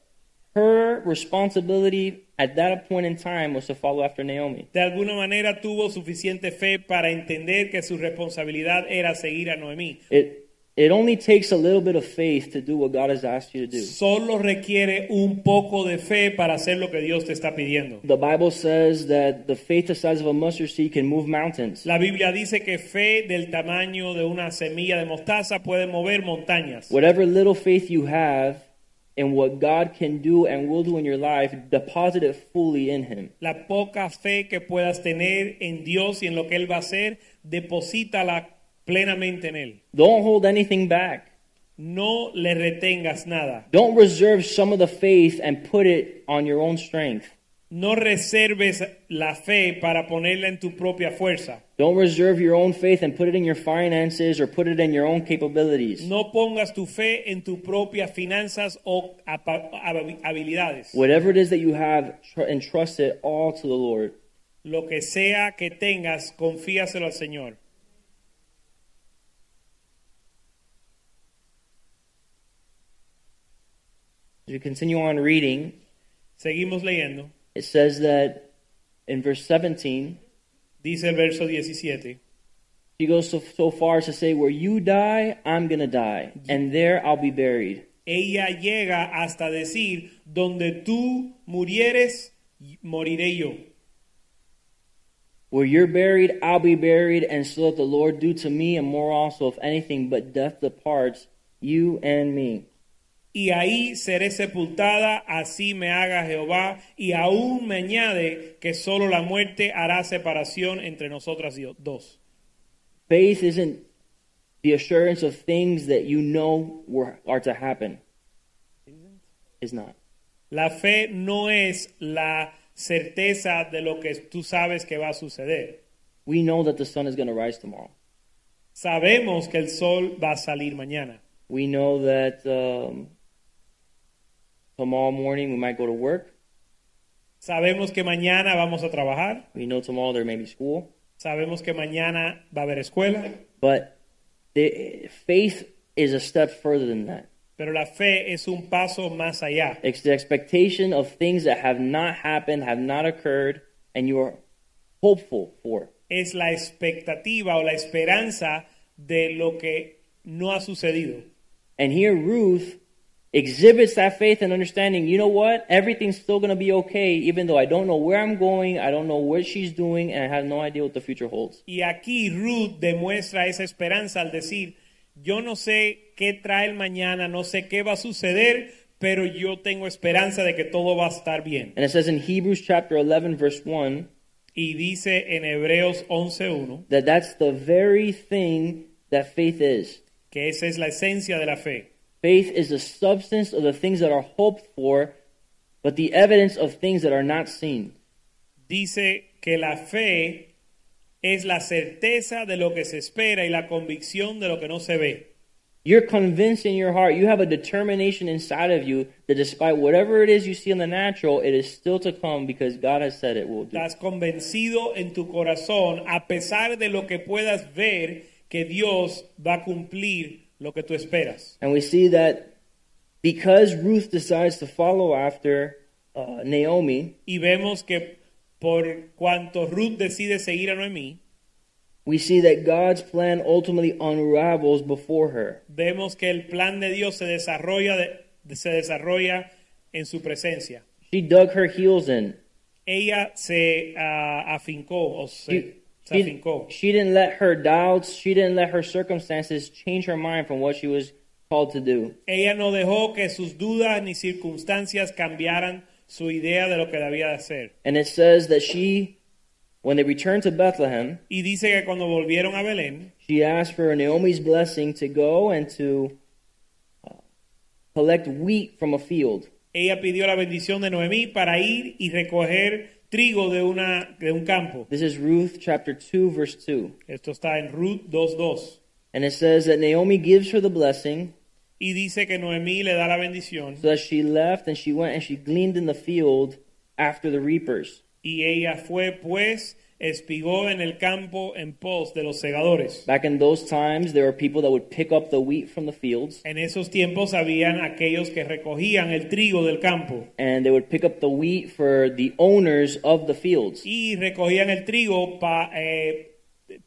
S3: her responsibility at that point in time was to follow after Naomi.
S2: de alguna manera tuvo suficiente fe para entender que su responsabilidad era seguir a Noemí.
S3: It it only takes a little bit of faith to do what God has asked you to do.
S2: Solo requiere un poco de fe para hacer lo que Dios te está pidiendo.
S3: The Bible says that the faith the size of a mustard seed can move mountains.
S2: La Biblia dice que fe del tamaño de una semilla de mostaza puede mover montañas.
S3: Whatever little faith you have in what God can do and will do in your life, deposit it fully in Him.
S2: La poca fe que puedas tener en Dios y en lo que Él va a hacer, deposítala plenamente en Él.
S3: Don't hold anything back.
S2: No le retengas nada.
S3: Don't reserve some of the faith and put it on your own strength.
S2: No reserves la fe para ponerla en tu propia fuerza.
S3: Don't reserve your own faith and put it in your finances or put it in your own capabilities.
S2: No pongas tu fe en tus propias finanzas o apa- hab- habilidades.
S3: Whatever it is that you have, tr- entrust it all to the Lord.
S2: Lo que sea que tengas, confíaselo al Señor.
S3: As we continue on reading,
S2: Seguimos leyendo.
S3: it says that in verse 17,
S2: Dice el verso 17.
S3: She goes so, so far as to say, Where you die, I'm going to die, and there I'll be buried.
S2: Ella llega hasta decir, donde tú murieres, moriré yo.
S3: Where you're buried, I'll be buried, and so let the Lord do to me and more also, if anything but death departs, you and me.
S2: y ahí seré sepultada, así me haga Jehová, y aún me añade que solo la muerte hará separación entre nosotras y- dos.
S3: Faith isn't the assurance of things that you know were, are to happen. It's not.
S2: La fe no es la certeza de lo que tú sabes que va a suceder.
S3: We know that the sun is going to rise tomorrow.
S2: Sabemos que el sol va a salir mañana.
S3: We know that um, tomorrow morning we might go to work.
S2: Sabemos que mañana vamos a trabajar.
S3: We know tomorrow there may be school.
S2: Sabemos que mañana va a haber escuela.
S3: But the, faith is a step further than that.
S2: Pero la fe es un paso más allá.
S3: It's the expectation of things that have not happened, have not occurred, and you are hopeful for.
S2: Es la expectativa o la esperanza de lo que no ha sucedido.
S3: And here Ruth exhibits that faith and understanding. You know what? Everything's still going to be okay, even though I don't know where I'm going, I don't know what she's doing, and I have no idea what the future holds.
S2: Y aquí Ruth demuestra esa esperanza al decir, yo no sé qué trae el mañana, no sé qué va a suceder, pero yo tengo esperanza de que todo va a estar bien.
S3: And it says in Hebrews chapter 11, verse 1,
S2: Y dice en Hebreos 11.1
S3: that that's the very thing that faith is.
S2: que esa es la esencia de la fe.
S3: Faith is the substance of the things that are hoped for, but the evidence of things that are not seen.
S2: Dice que la fe es la certeza de lo que se espera y la convicción de lo que no se ve.
S3: You're convinced in your heart, you have a determination inside of you that despite whatever it is you see in the natural, it is still to come because God has said it will do.
S2: Estás convencido en tu corazón, a pesar de lo que puedas ver, que Dios va a cumplir lo que tú esperas.
S3: And we see that because Ruth decides to follow after uh, Naomi,
S2: Y vemos que por cuanto Ruth decide seguir a Noemí,
S3: we see that God's plan ultimately unravels before her.
S2: vemos que el plan de Dios se desarrolla, de- se desarrolla en su presencia.
S3: She dug her heels in.
S2: Ella se ah, afincó o se,
S3: She,
S2: se
S3: she,
S2: afincó.
S3: she didn't let her doubts, she didn't let her circumstances change her mind from what she was called to do.
S2: Ella no dejó que sus dudas ni circunstancias cambiaran su idea de lo que debía de hacer.
S3: And it says that she, when they returned to Bethlehem,
S2: Y dice que cuando volvieron a Belén,
S3: she asked for Naomi's blessing to go and to uh, collect wheat from a field.
S2: Ella pidió la bendición de Noemí para ir y recoger trigo de, una, de un campo.
S3: This is Ruth chapter 2, verse 2.
S2: Esto está en Ruth 2.2.
S3: And it says that Naomi gives her the blessing,
S2: Y dice que Noemí le da la bendición
S3: so that she left and she went and she gleaned in the field after the reapers.
S2: y ella fue pues, espigó en el campo en pos de los segadores.
S3: Back in those times, there were people that would pick up the wheat from the fields,
S2: En esos tiempos habían aquellos que recogían el trigo del campo
S3: and they would pick up the wheat for the owners of the fields.
S2: y recogían el trigo pa- eh,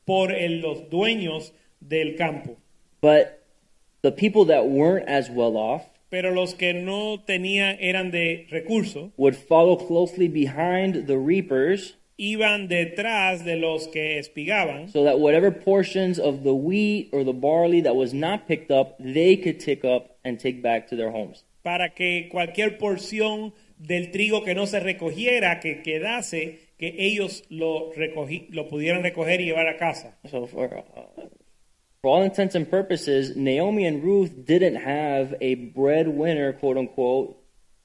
S2: por el- los dueños del campo.
S3: But the people that weren't as well off
S2: Pero los que no tenían eran de recursos
S3: would follow closely behind the reapers
S2: iban detrás de los que espigaban
S3: so that whatever portions of the wheat or the barley that was not picked up, they could take up and take back to their homes.
S2: para que cualquier porción del trigo que no se recogiera, que quedase, que ellos lo, recogi- lo pudieran recoger y llevar a casa.
S3: So for, uh, for all intents and purposes, Naomi and Ruth didn't have a breadwinner, quote unquote,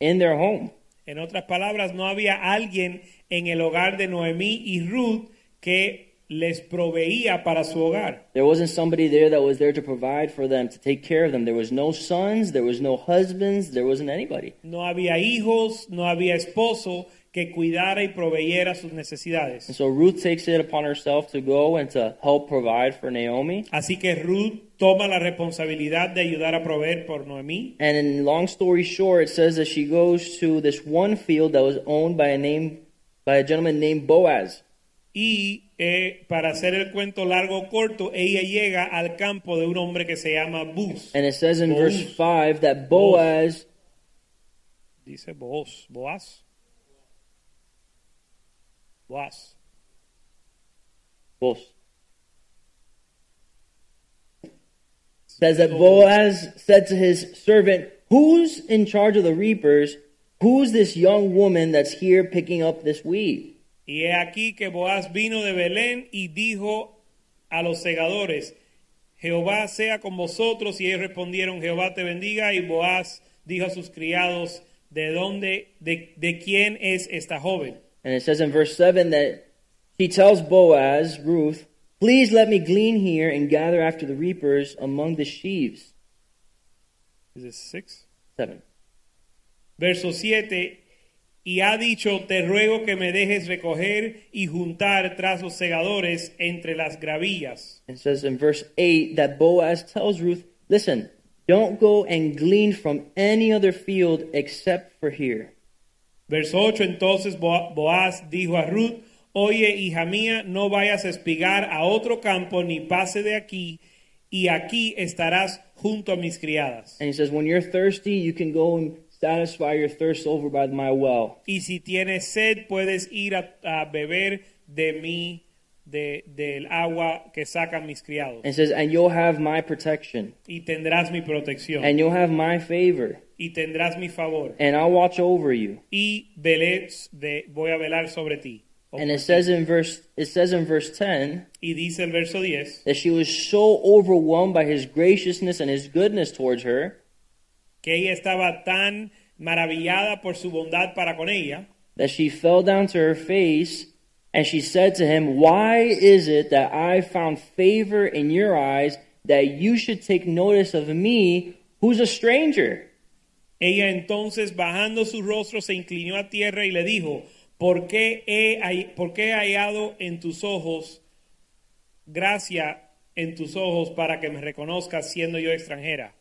S3: in their home.
S2: En otras palabras, no había alguien en el hogar de Noemí y Ruth que les proveía para su hogar.
S3: There wasn't somebody there that was there to provide for them, to take care of them. There was no sons, there was no husbands, there wasn't anybody.
S2: No había hijos, no había esposo que cuidara y proveyera sus
S3: And
S2: necesidades.
S3: so Ruth takes it upon herself to go and to help provide for Naomi.
S2: Así que Ruth toma la responsabilidad de ayudar a proveer por Noemí
S3: And in long story short, it says that she goes to this one field that was owned by a name by a gentleman named Boaz.
S2: Y eh, para hacer el cuento largo o corto, ella llega al campo de un hombre que se llama Bus.
S3: And it says in verse
S2: Boaz.
S3: five that Boaz
S2: Dice Boaz. Boaz. Boaz.
S3: Boaz. Says that Boaz said to his servant, Who's in charge of the reapers? Who's this young woman that's here picking up this weed?
S2: Y he aquí que Boaz vino de Belén y dijo a los segadores, Jehová sea con vosotros. Y ellos respondieron, Jehová te bendiga. Y Boaz dijo a sus criados, ¿de dónde, de, de quién es esta joven?
S3: And it says in verse 7 that she tells Boaz, Ruth, Please let me glean here and gather after the reapers among the sheaves.
S2: Is it six?
S3: 7.
S2: Verso 7. Y ha dicho, te ruego que me dejes recoger y juntar tras los segadores entre las gravillas.
S3: It says in verse 8 that Boaz tells Ruth, Listen, don't go and glean from any other field except for here.
S2: Verso 8, entonces Bo- Boaz dijo a Ruth, oye hija mía, no vayas a espigar a otro campo ni pase de aquí, y aquí estarás junto a mis criadas.
S3: And he says, When you're thirsty, you can go and satisfy your thirst over by my well.
S2: Y si tienes sed, puedes ir a, a beber de mí, de, del agua que sacan mis criados,
S3: And it says, And you'll have my protection,
S2: y tendrás mi protección,
S3: and you'll have my favor,
S2: y tendrás mi favor,
S3: and I'll watch over you.
S2: y velé de, voy a velar sobre ti.
S3: And it says in verse it says in verse 10
S2: Y dice el verso 10,
S3: that she was so overwhelmed by his graciousness and his goodness towards her
S2: que ella estaba tan maravillada por su bondad para con ella,
S3: that she fell down to her face and she said to him, "Why is it that I found favor in your eyes that you should take notice of me, who's a stranger?"
S2: Ella entonces, bajando su rostro, se inclinó a tierra y le dijo, ¿por qué he, hall- por qué he hallado en tus ojos gracia en tus ojos para que me reconozcas siendo yo extranjera?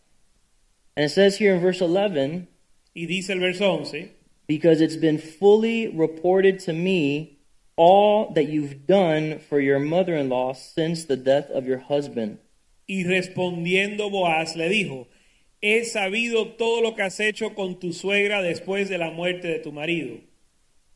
S3: And it says here in verse 11,
S2: Y dice el verso 11,
S3: because it's been fully reported to me all that you've done for your mother in law since the death of your husband,
S2: y respondiendo Boaz le dijo, he sabido todo lo que has hecho con tu suegra después de la muerte de tu marido,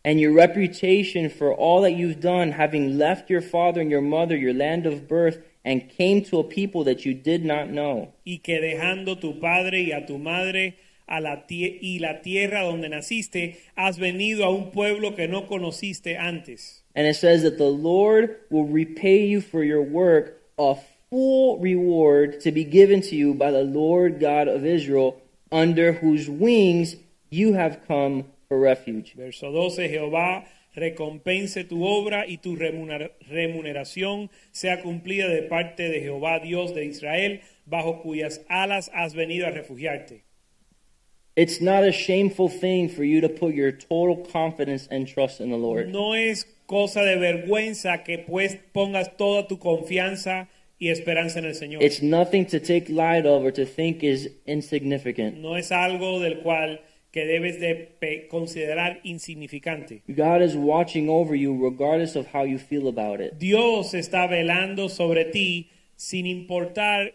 S3: and your reputation for all that you've done, having left your father and your mother, your land of birth, and came to a people that you did not know.
S2: y que dejando tu padre y a tu madre a la tie- y la tierra donde naciste, has venido a un pueblo que no conociste antes.
S3: And it says that the Lord will repay you for your work a full reward to be given to you by the Lord God of Israel, under whose wings you have come for refuge.
S2: Verso 12, Jehová recompense tu obra y tu remuner- remuneración sea cumplida de parte de Jehová Dios de Israel, bajo cuyas alas has venido a refugiarte.
S3: It's not a shameful thing for you to put your total confidence and trust in the Lord.
S2: No es cosa de vergüenza que pues pongas toda tu confianza y esperanza en el Señor.
S3: It's nothing to take light of or to think is insignificant.
S2: no es algo del cual que debes de pe- considerar insignificante.
S3: God is watching over you regardless of how you feel about it.
S2: Dios está velando sobre ti sin importar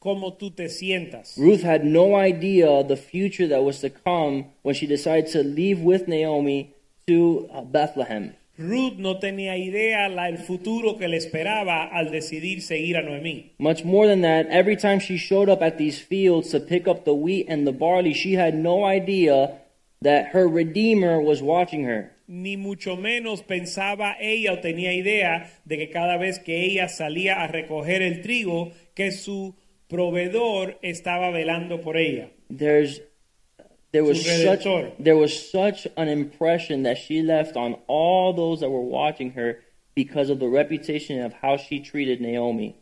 S2: cómo tú te sientas.
S3: Ruth had no idea the future that was to come when she decided to leave with Naomi to uh, Bethlehem.
S2: Ruth no tenía idea la- el futuro que le esperaba al decidir seguir a Noemí.
S3: Much more than that, every time she showed up at these fields to pick up the wheat and the barley, she had no idea that her Redeemer was watching her.
S2: Ni mucho menos pensaba ella o tenía idea de que cada vez que ella salía a recoger el trigo, que su proveedor estaba velando por ella.
S3: There's there was
S2: Su
S3: such
S2: redentor.
S3: there was such an impression that she left on all those that were watching her because of the reputation of how she treated Naomi.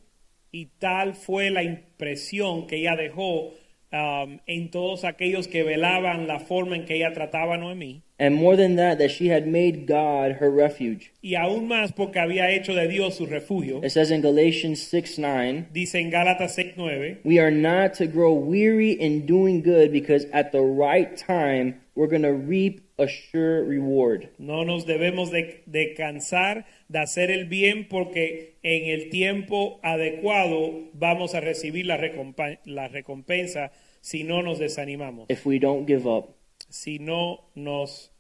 S2: Y tal fue la impresión que ella dejó um, en todos aquellos que velaban la forma en que ella trataba a Noemí.
S3: And more than that, that she had made God her refuge.
S2: Y aún más porque había hecho de Dios su refugio.
S3: It says in Galatians 6 9,
S2: Dice en Gálatas 6:9.
S3: we are not to grow weary in doing good because at the right time we're going to reap a sure reward.
S2: No nos debemos de, de cansar de hacer el bien porque en el tiempo adecuado vamos a recibir la, recompa- la recompensa si no nos desanimamos,
S3: If we don't give up,
S2: si no nos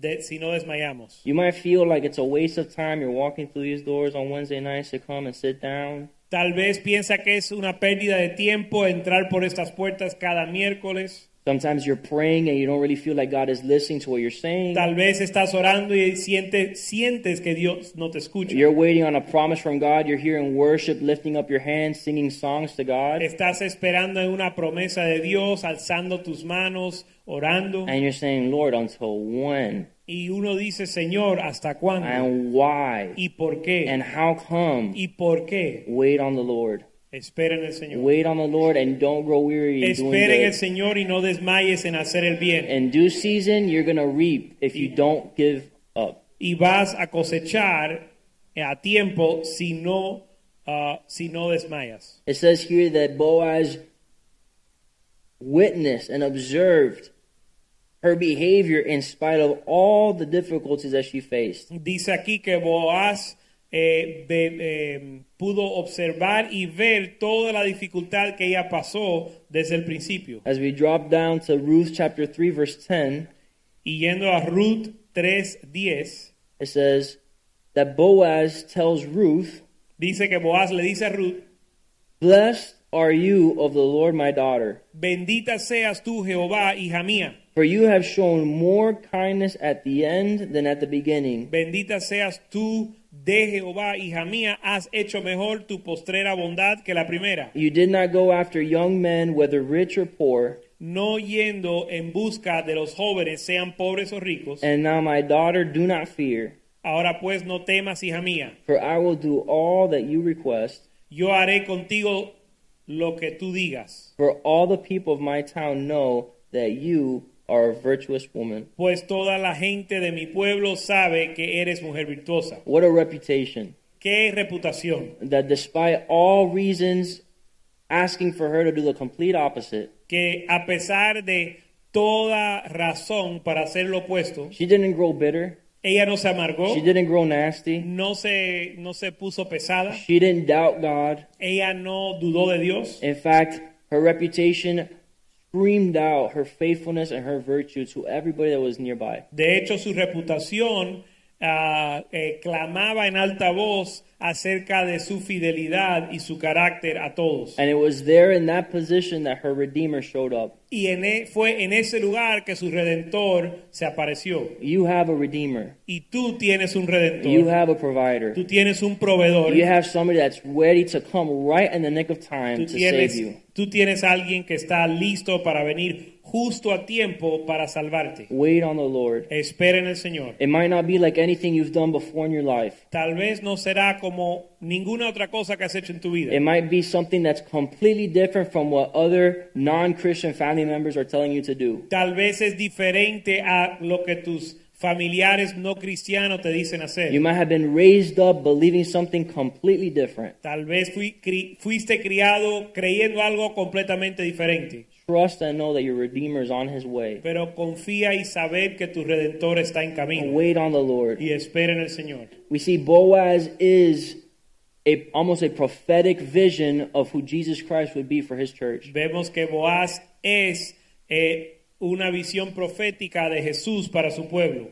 S2: de- si no desmayamos.
S3: You might feel like it's a waste of time. You're walking through these doors on Wednesday nights to come and sit down.
S2: Tal vez piensa que es una pérdida de tiempo entrar por estas puertas cada miércoles.
S3: Sometimes you're praying and you don't really feel like God is listening to what you're saying.
S2: Tal vez estás orando y siente- sientes que Dios no te escucha.
S3: You're waiting on a promise from God. You're here in worship, lifting up your hands, singing songs to God.
S2: Estás esperando en una promesa de Dios, alzando tus manos, orando.
S3: And you're saying, Lord, until when?
S2: Y uno dice, Señor, ¿hasta cuándo?
S3: And why?
S2: ¿Y por
S3: And
S2: qué?
S3: how come?
S2: ¿Y por qué?
S3: Wait on the Lord.
S2: Espera en el Señor.
S3: Wait on the Lord and don't grow weary in doing
S2: Espera en el
S3: good.
S2: Señor y no desmayes en hacer el bien.
S3: In due season, you're going to reap if you don't give up.
S2: Y vas a cosechar eh, a tiempo si no, ah, si no desmayas.
S3: It says here that Boaz witnessed and observed her behavior in spite of all the difficulties that she faced.
S2: Dice aquí que Boaz eh, ve- eh, pudo observar y ver toda la dificultad que ella pasó desde el principio.
S3: As we drop down to Ruth chapter 3, verse 10,
S2: Y yendo a Ruth 3.10,
S3: it says that Boaz tells Ruth,
S2: dice que Boaz le dice a Ruth,
S3: Blessed are you of the Lord my daughter,
S2: bendita seas tú Jehová, hija mía,
S3: for you have shown more kindness at the end than at the beginning.
S2: bendita seas tú de Jehová, hija mía, has hecho mejor tu postrera bondad que la primera,
S3: You did not go after young men, whether rich or poor,
S2: no yendo en busca de los jóvenes, sean pobres o ricos.
S3: and now my daughter, do not fear.
S2: Ahora pues no temas, hija mía,
S3: For I will do all that you request,
S2: yo haré contigo lo que tú digas,
S3: for all the people of my town know that you are a virtuous woman.
S2: pues toda la gente de mi pueblo sabe que eres mujer virtuosa.
S3: What a reputation.
S2: ¡Qué reputación!
S3: That despite all reasons asking for her to do the complete opposite,
S2: que a pesar de toda razón para hacer lo opuesto,
S3: she didn't grow bitter,
S2: ella no se amargó,
S3: she didn't grow nasty,
S2: no se, no se puso pesada,
S3: she didn't doubt God.
S2: ella no dudó de Dios.
S3: In fact, her reputation screamed out her faithfulness and her virtue to everybody that was nearby.
S2: De hecho, su reputación ah, eh, clamaba en alta voz acerca de su fidelidad y su carácter a todos.
S3: And it was there in that position that her Redeemer showed up.
S2: Y en e- fue en ese lugar que su redentor se apareció.
S3: You have a Redeemer.
S2: Y tú tienes un
S3: You
S2: redentor,
S3: have a provider.
S2: tú tienes un proveedor,
S3: You have somebody that's ready to come right in the nick of time
S2: Tú
S3: to save
S2: tienes,
S3: you.
S2: tú tienes a alguien que está listo para venir justo a tiempo para salvarte.
S3: Wait on the Lord.
S2: Espera en el Señor.
S3: It might not be like anything you've done before in your life.
S2: Tal vez no será como ninguna otra cosa que has hecho en tu vida.
S3: It might be something that's completely different from what other non-Christian family members are telling you to do.
S2: Tal vez es diferente a lo que tus familiares no cristianos te dicen
S3: You
S2: hacer.
S3: might have been raised up believing something completely different.
S2: Tal vez fui- cri- fuiste criado creyendo algo completamente diferente.
S3: Trust and know that your Redeemer is on his way.
S2: Pero confía y saber que tu redentor está en camino.
S3: Wait on the Lord.
S2: Y espera en el Señor.
S3: We see Boaz is a, almost a prophetic vision of who Jesus Christ would be for his church.
S2: Vemos que Boaz es eh, una visión profética de Jesús para su pueblo.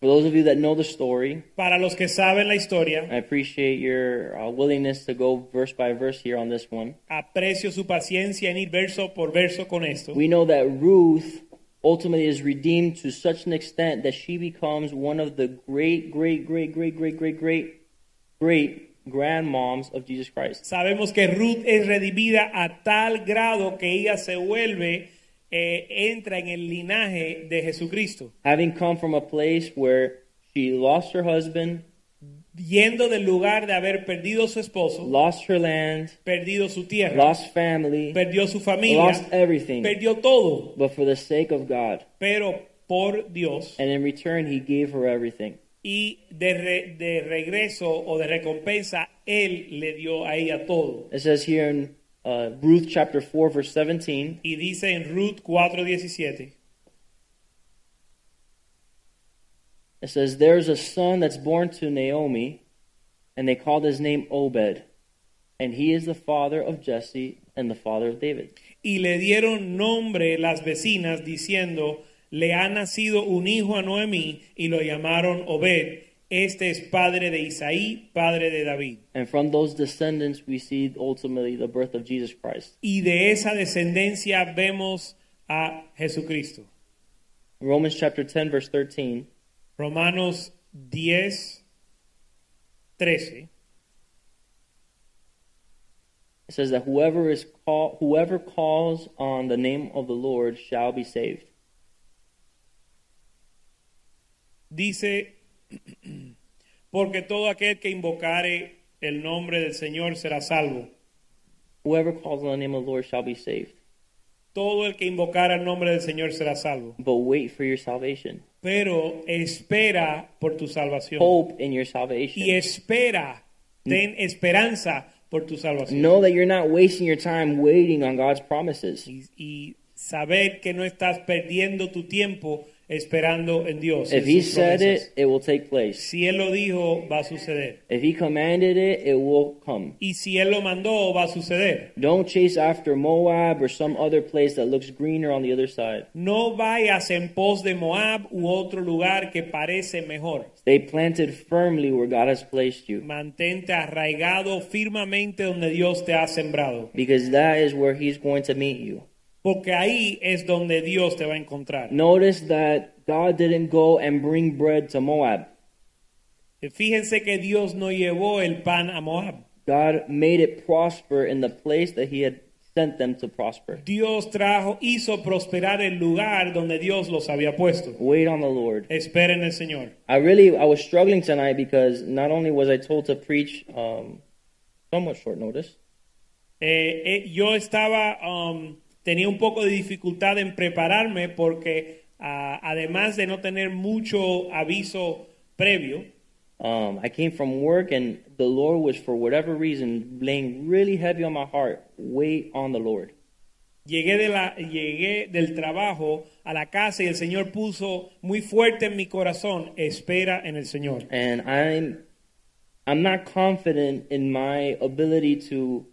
S3: For those of you that know the story,
S2: Para los que saben la historia,
S3: I appreciate your uh, willingness to go verse by verse here on this one.
S2: aprecio su paciencia en ir verso por verso con esto.
S3: We know that Ruth ultimately is redeemed to such an extent that she becomes one of the great, great, great, great, great, great, great, great grandmoms of Jesus Christ.
S2: Sabemos que Ruth es redimida a tal grado que ella se vuelve, eh, entra en el linaje de Jesucristo.
S3: Having come from a place where she lost her husband,
S2: Yendo del lugar de haber perdido su esposo,
S3: lost her land,
S2: perdido su tierra,
S3: lost family,
S2: perdió su
S3: lost
S2: familia,
S3: everything,
S2: perdió todo,
S3: but for the sake of God.
S2: pero por Dios.
S3: And in return, he gave her everything.
S2: y de, re- de regreso o de recompensa, él le dio a ella todo.
S3: It says here in uh, Ruth chapter 4, verse 17.
S2: Y dice en Ruth 4:17,
S3: It says, There's a son that's born to Naomi, and they called his name Obed. And he is the father of Jesse and the father of David.
S2: y le dieron nombre las vecinas diciendo, le ha nacido un hijo a Noemí y lo llamaron Obed. Este es padre de Isaí, padre de David.
S3: And from those descendants, we see ultimately the birth of Jesus Christ.
S2: Y de esa descendencia vemos a Jesucristo.
S3: Romans chapter 10, verse 13.
S2: Romanos 10, 13.
S3: It says that whoever is call, whoever calls on the name of the Lord shall be saved.
S2: Dice, [clears throat] porque todo aquel que invocare el nombre del Señor será salvo.
S3: Whoever calls on the name of the Lord shall be saved.
S2: Todo el que invocara el nombre del Señor será salvo.
S3: But wait for your salvation.
S2: Pero espera por tu salvación.
S3: Hope in your salvation.
S2: Y espera, ten esperanza por tu salvación.
S3: Know that you're not wasting your time waiting on God's promises.
S2: Y, y saber que no estás perdiendo tu tiempo esperando en Dios. en
S3: If He
S2: sus
S3: said
S2: promesas.
S3: it, it will take place.
S2: si Él lo dijo, va a suceder.
S3: If He commanded it, it will come.
S2: Y si Él lo mandó, va a suceder.
S3: Don't chase after Moab or some other place that looks greener on the other side.
S2: No vayas en pos de Moab u otro lugar que parece mejor.
S3: Stay planted firmly where God has placed you
S2: Mantente arraigado firmemente donde Dios te ha sembrado,
S3: because that is where He's going to meet you.
S2: porque ahí es donde Dios te va a encontrar.
S3: Notice that God didn't go and bring bread to Moab.
S2: Fíjense que Dios no llevó el pan a Moab.
S3: God made it prosper in the place that He had sent them to prosper.
S2: Dios trajo, hizo prosperar el lugar donde Dios los había puesto.
S3: Wait on the Lord.
S2: Esperen el Señor.
S3: I really I was struggling tonight because not only was I told to preach um, somewhat short notice,
S2: Eh, eh, yo estaba, um, tenía un poco de dificultad en prepararme porque ah, además de no tener mucho aviso previo,
S3: um, I came from work and the Lord was for whatever reason laying really heavy on my heart. Wait on the Lord.
S2: llegué, de la, llegué del trabajo a la casa y el Señor puso muy fuerte en mi corazón, espera en el Señor.
S3: And I'm I'm not confident in my ability to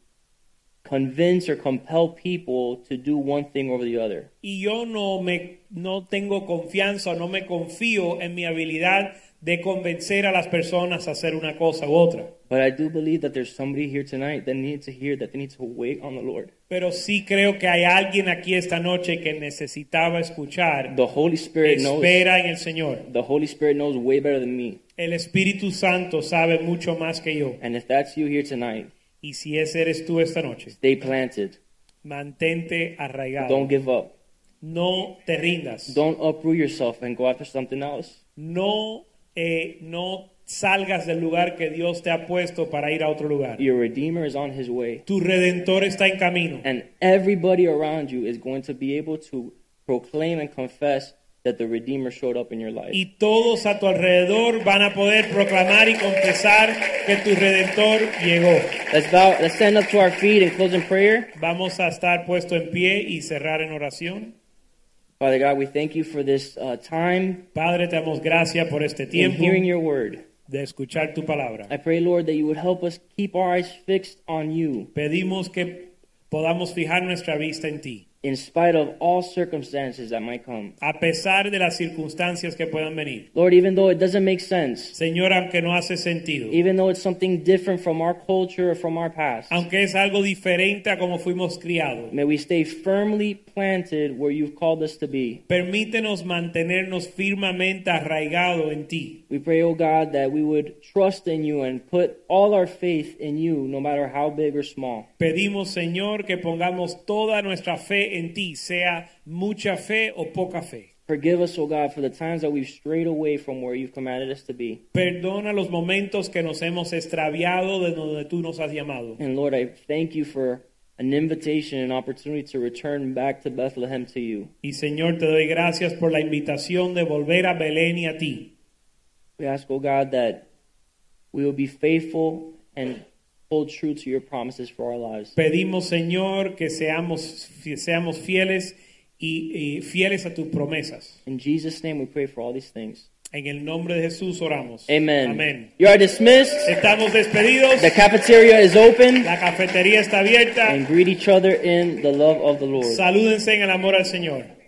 S3: convince or compel people to do one thing over the other.
S2: y yo no me no tengo confianza, no me confío en mi habilidad de convencer a las personas a hacer una cosa u otra.
S3: But I do believe that there's somebody here tonight that needs to hear that they need to wait on the Lord.
S2: Pero sí creo que hay alguien aquí esta noche que necesitaba escuchar.
S3: The Holy Spirit knows.
S2: Espera en el Señor.
S3: The Holy Spirit knows way better than me.
S2: El Espíritu Santo sabe mucho más que yo.
S3: And if that's you here tonight,
S2: Y si ese eres tú esta noche,
S3: stay planted.
S2: mantente arraigado.
S3: Don't give up.
S2: No te rindas.
S3: Don't uproot yourself and go after something else.
S2: No, eh, no salgas del lugar que Dios te ha puesto para ir a otro lugar.
S3: Your Redeemer is on his way.
S2: Tu redentor está en camino.
S3: And everybody around you is going to be able to proclaim and confess that the Redeemer showed up in your life.
S2: y todos a tu alrededor van a poder proclamar y confesar que tu redentor llegó.
S3: Let's bow, let's stand up to our feet and close in prayer.
S2: Vamos a estar puesto en pie y cerrar en oración.
S3: Father God, we thank you for this uh, time
S2: Padre, te damos gracias por este
S3: in
S2: tiempo
S3: hearing your word.
S2: de escuchar tu palabra.
S3: I pray, Lord, that you would help us keep our eyes fixed on you
S2: Pedimos que podamos fijar nuestra vista en ti,
S3: in spite of all circumstances that might come.
S2: a pesar de las circunstancias que puedan venir.
S3: Lord, even though it doesn't make sense,
S2: Señor, aunque no hace sentido,
S3: even though it's something different from our culture or from our past,
S2: aunque es algo diferente a como fuimos criados,
S3: may we stay firmly planted where you've called us to be.
S2: permítenos mantenernos firmemente arraigados en ti.
S3: We pray, oh God, that we would trust in you and put all our faith in you, no matter how big or small.
S2: Pedimos, Señor, que pongamos toda nuestra fe en ti, sea mucha fe o poca fe.
S3: Forgive us, oh God, for the times that we've strayed away from where you've commanded us to be.
S2: Perdona los momentos que nos hemos extraviado de donde tú nos has llamado.
S3: And Lord, I thank you for an invitation and opportunity to return back to Bethlehem to you.
S2: Y Señor, te doy gracias por la invitación de volver a Belén y a ti.
S3: We ask, oh God, that we will be faithful and hold true to your promises for our lives.
S2: Pedimos, Señor, que seamos, que seamos fieles y, y fieles a tus promesas.
S3: In Jesus' name, we pray for all these things.
S2: En el nombre de Jesús oramos.
S3: Amen.
S2: Amén.
S3: You are dismissed.
S2: Estamos despedidos.
S3: The cafeteria is open.
S2: La cafetería está abierta.
S3: And greet each other in the love of the Lord.
S2: Salúdense en el amor al Señor.